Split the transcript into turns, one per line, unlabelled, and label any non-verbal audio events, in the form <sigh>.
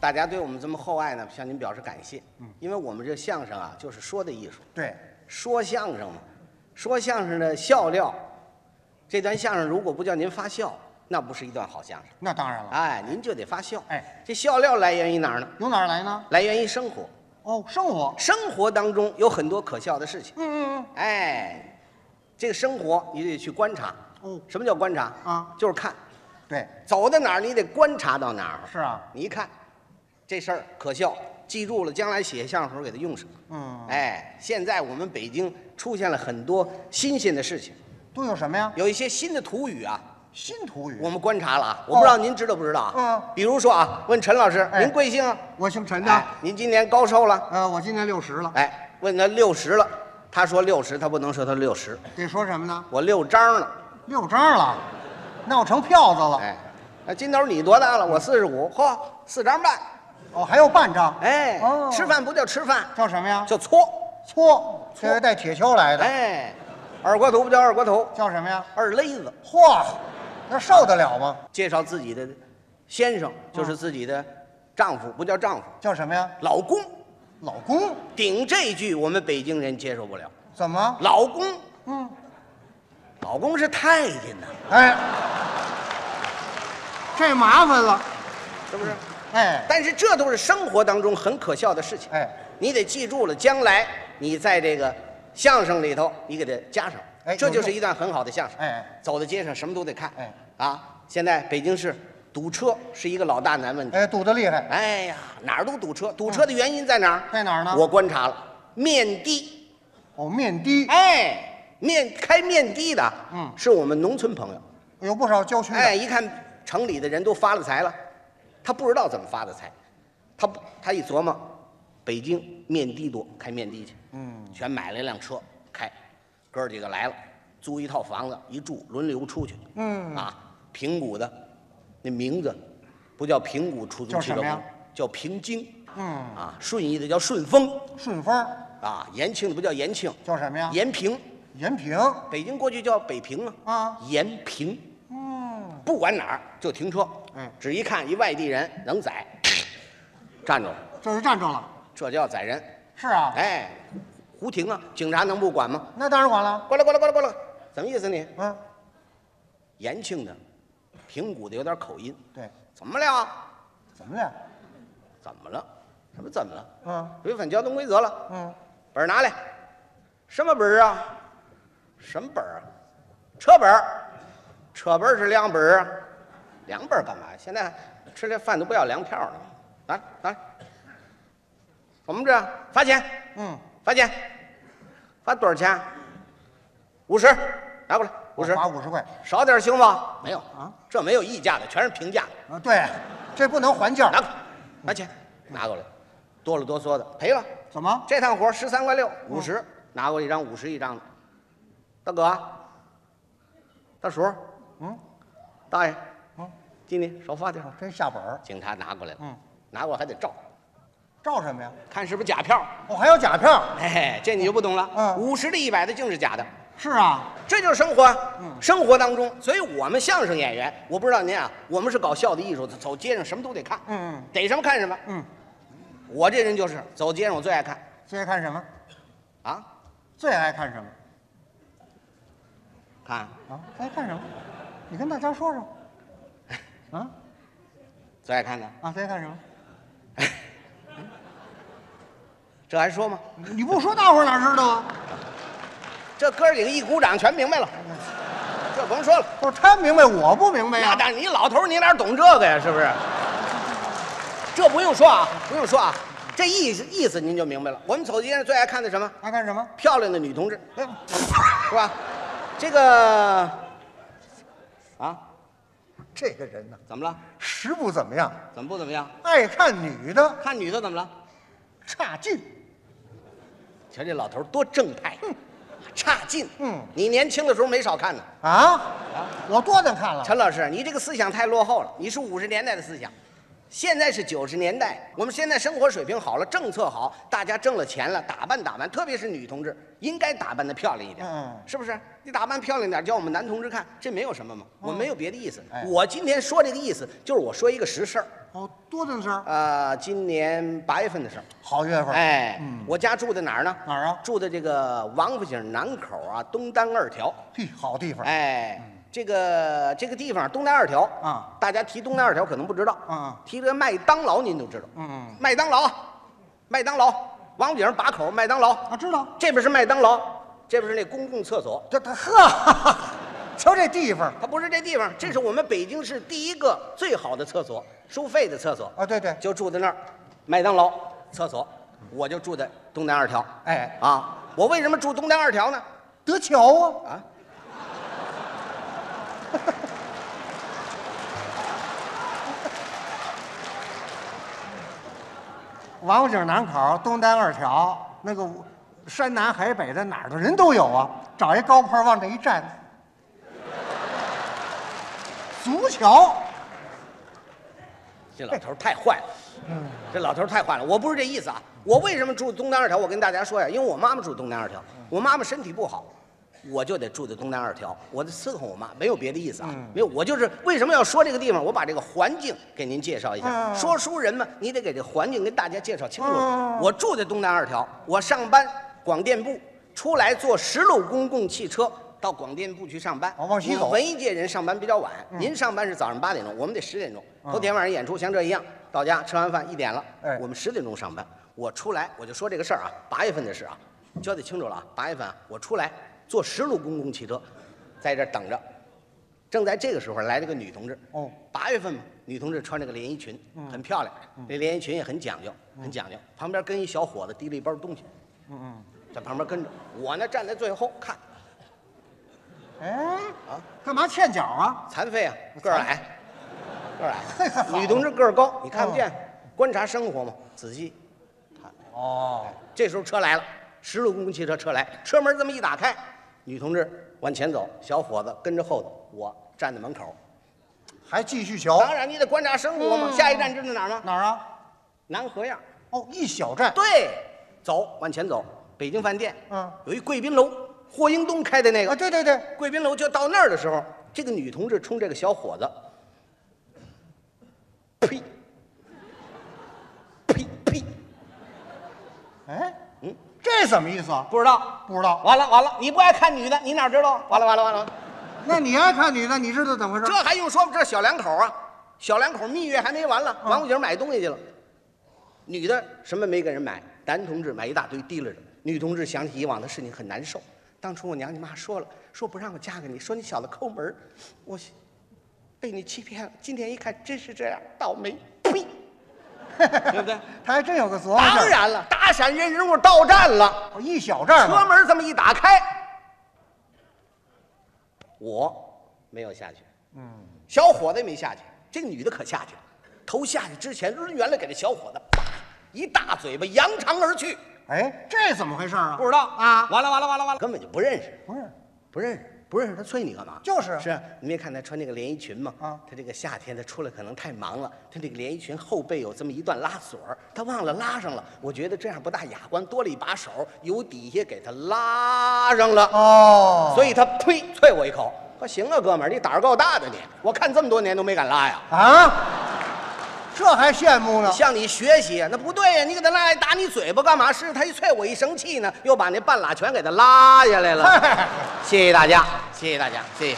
大家对我们这么厚爱呢，向您表示感谢。嗯，因为我们这相声啊，就是说的艺术，
对，
说相声嘛，说相声的笑料，这段相声如果不叫您发笑，那不是一段好相声。
那当然了。
哎，您就得发笑。
哎，
这笑料来源于哪儿呢？
由哪儿来呢？
来源于生活，
哦，生活。
生活当中有很多可笑的事情。
嗯嗯
哎，这个生活你得去观察。
哦
什么叫观察
啊
就是看，
嗯，对，
走到哪儿你得观察到哪儿。
是啊，
你一看，这事儿可笑，记住了，将来写相声时候给它用上。
嗯，
哎，现在我们北京出现了很多新鲜的事情，
都有什么呀？
有一些新的土语啊，
新土语。
我们观察了啊，我不知道您知道不知道啊？
哦嗯
比如说啊，问陈老师，
哎
您贵姓啊？
我姓陈
哎
的，，
您今年高寿了？
呃，我今年六十了，
哎，问他六十了，他说六十，他不能说他六十，
得说什么呢？
我六张了。
六张了，那我成票子了。
哎，那金头你多大了？我四十五，嚯，四张半。
哦，还有半张。
哎，
哦
吃饭不叫吃饭，
叫什么呀？
叫搓。
搓，这个带铁锹来的。
哎，二锅头不叫二锅头，
叫什么呀？
二勒子。
嚯，那受得了吗？
介绍自己的先生，
嗯
就是自己的丈夫，不叫丈夫，
叫什么呀？
老公。
老公？
顶这句我们北京人接受不了，
怎么？
老公，
嗯，
老公是太监呐，
哎，这麻烦了。
是不是？
哎
但是这都是生活当中很可笑的事情，
哎，
你得记住了，将来你在这个相声里头，你给它加上，
哎
这就
有
是
用
一段很好的相声。
哎，
走在街上什么都得看，
哎，
啊，现在北京市堵车是一个老大难问题。
哎，堵得厉害，
哎呀，哪儿都堵车，堵车的原因在哪儿？
嗯在哪儿呢
我观察了，面的，
哦，面的
哎，面开面的的，
嗯
是我们农村朋友。
有不少郊区的，
哎，一看城里的人都发了财了，他不知道怎么发的财，他不，他一琢磨，北京面的多，开面的去，
嗯，
全买了一辆车开，哥儿几个来了，租一套房子一住，轮流出去，
嗯
啊，平谷的那名字不叫平谷出租
叫
俱
什
乐
么
部
呀，
叫平京。
嗯，
啊，顺义的叫顺丰
顺风
啊，延庆的不叫延庆，
叫什么呀？
延平，
延平
北京过去叫北平啊，
啊，
延平，
嗯，
不管哪儿就停车，
嗯
只一看一外地人能宰，站住，
这就站住了。
这叫宰人，
是啊，
哎，胡停啊，警察能不管吗？
那当然管了。
过来过来过来过来，怎么意思你？
嗯，
延庆的，平谷的有点口音，
对，
怎么了？
怎么了？
怎么了？什么怎么了？
嗯
违反交通规则了。
嗯，
本儿拿来，什么本儿啊？什么本儿啊？车本儿，车本儿是两本儿啊，两本儿干嘛？现在吃这饭都不要粮票了，来来，我们这罚钱，
嗯，
罚钱，罚多少钱？啊五十，拿过来，五十，
罚五十块。
少点儿行吗？没有
啊，
这没有溢价的，全是平价的，
啊，对，这不能还价
拿。过来，拿钱，拿过来，哆里哆嗦的赔了。
怎么？
这趟活十三块六，
嗯
五十，拿过一张五十一张的。大哥，大叔，
嗯，
大爷，
嗯，
今天少发点儿。
真下本儿。
警察拿过来了，
嗯，
拿过来还得照，
照什么呀？
看是不是假票。
我还有假票。
哎，这你就不懂了。
嗯
五十的、一百的，竟是假的，
是啊，
这就是生活啊。
嗯
生活当中，所以我们相声演员，我不知道您啊，我们是搞笑的艺术的，走街上什么都得看，
嗯
逮什么看什么。
嗯，
我这人就是走街上我最爱看
最爱看什么？
啊，
最爱看什么
看
啊？最爱看什么？你跟大家说说。啊
最爱看的，
啊，最爱看什么？
这还说吗？
你不说，大伙儿哪知道啊？
这哥儿几个一鼓掌全明白了，这甭说了。
不是他明白，我不明白
那
呀。
当然，你老头儿你哪懂这个呀？是不是？这不用说啊，不用说啊，这意思意思您就明白了。我们走街上最爱看的什么？
爱看什么？
漂亮的女同志，
哎
是吧？这个啊，
这个人呢，
怎么了？
实不怎么样，
怎么不怎么样？
爱看女的，
看女的怎么了？
差劲。
瞧这老头儿多正派，差劲。
嗯
你年轻的时候没少看呢。
啊，我多能看了。
陈老师，你这个思想太落后了，你是五十年代的思想，现在是九十年代，我们现在生活水平好了，政策好，大家挣了钱了，打扮打扮，特别是女同志，应该打扮的漂亮一点，
嗯
是不是？你打扮漂亮点，叫我们男同志看，这没有什么嘛，我没有别的意思。
嗯哎
我今天说这个意思，就是我说一个实事儿，
哦，多大的事儿？
啊，今年八月份的事儿，
好月份，，
哎，
嗯
我家住在哪儿呢？
哪儿啊
住在这个王府井南口啊，东单二条。
嘿，好地方，
哎，这个这个地方东南二条
嗯啊，
大家提东南二条可能不知道
啊
提这个麦当劳您就知道，
嗯，
麦当劳，麦当劳，王府井把口麦当劳，
啊，知道，
这边是麦当劳，这边是那公共厕所，
这他呵，瞧这地方
它不是这地方，这是我们北京市第一个最好的厕所，收费的厕所，
啊，对对，
就住在那儿，麦当劳厕所，我就住在东南二条，
哎，
啊，我为什么住东南二条呢？
得巧啊，
啊，
<laughs> 王府井南口东单二条那个山南海北的哪儿的人都有啊，找一高坡往这一站， <laughs> 足桥，
这老头儿太坏了，
嗯
这老头儿太坏了。我不是这意思啊，我为什么住东南二条？我跟大家说呀，因为我妈妈住东南二条，
嗯
我妈妈身体不好，我就得住在东南二条，我得伺候我妈，没有别的意思
嗯
啊，没有，我就是为什么要说这个地方？我把这个环境给您介绍一下。
嗯
说书人嘛，你得给这环境跟大家介绍清楚
嗯。
我住在东南二条，我上班广电部，出来坐十路公共汽车。到广电部去上班，
哦往西走
我文艺界人上班比较晚，
嗯
您上班是早上八点钟，我们得十点钟。头天晚上演出像这一样，到家吃完饭一点了，
哎
我们十点钟上班。我出来我就说这个事儿啊，八月份的事啊，交代清楚了啊。八月份啊，我出来坐十路公共汽车，在这儿等着。正在这个时候来了个女同志，
哦，嗯
八月份嘛，女同志穿着个连衣裙，很漂亮，那连衣裙也很讲究，很讲究。旁边跟一小伙子提了一包东西，
嗯
在旁边跟着。我呢站在最后看，
嗯，哎，
啊
干嘛欠脚啊？
残废啊，个儿矮，个儿
嘿好
矮，女同志个儿高，你看不见，观察生活嘛，仔细。
哦，
这时候车来了，十路公共汽车车来，车门这么一打开，女同志往前走，小伙子跟着后头，我站在门口。
还继续瞧
当然，你得观察生活嘛。下一站知道哪儿吗？
哪儿啊？
南河沿。
哦，一小站，
对，走，往前走，北京饭店，
嗯，
有一贵宾楼，霍英东开的那
啊，
个
对对对，
贵宾楼。就到那儿的时候，这个女同志冲这个小伙子，呸，呸呸，
哎，
嗯，
这怎么意思啊？
不知道，
不知道。
完了完了，你不爱看女的，你哪知道？完了完了完了，
那你爱看女的，你知道怎么回
这
事？
还用说吗？这小两口啊，小两口蜜月还没完了，王府井买东西去了，女的什么没给人买，男同志买一大堆提溜着，女同志想起以往的事情很难受。当初我娘你妈说了，说不让我嫁给你，说你小子抠门儿我心被你欺骗了。今天一看，真是这样，倒霉，呸， <laughs> 对不对？
他还真有个琢磨
当
劲儿。
然了，打闪人人物到站了。
哦一小站
车
嘛，
门这么一打开，我没有下去，嗯，小伙子也没下去，这个女的可下去了，头下去之前抡圆了给这小伙子，啪一大嘴巴扬长而去，
哎，这怎么回事啊？
不知道
啊
完了完了完了完了，根本就不认识，
不是，
不认识，不认识，他催你干嘛？
就是啊
是啊，你没看他穿这个连衣裙吗？
啊
他这个夏天他出来可能太忙了，他这个连衣裙后背有这么一段拉锁儿，他忘了拉上了。我觉得这样不大雅观，多了一把手，由底下给他拉上了。
哦，
所
以
以他呸啐我一口。说行啊，哥们儿，你胆儿够大的你，我看这么多年都没敢拉呀。
啊，这还羡慕呢。
向你学习，那不对呀、你给他拉打你嘴巴干嘛？是他一啐我一生气呢，又把那半拉全给他拉下来了。
嗨
谢谢大家，谢谢大家，谢谢。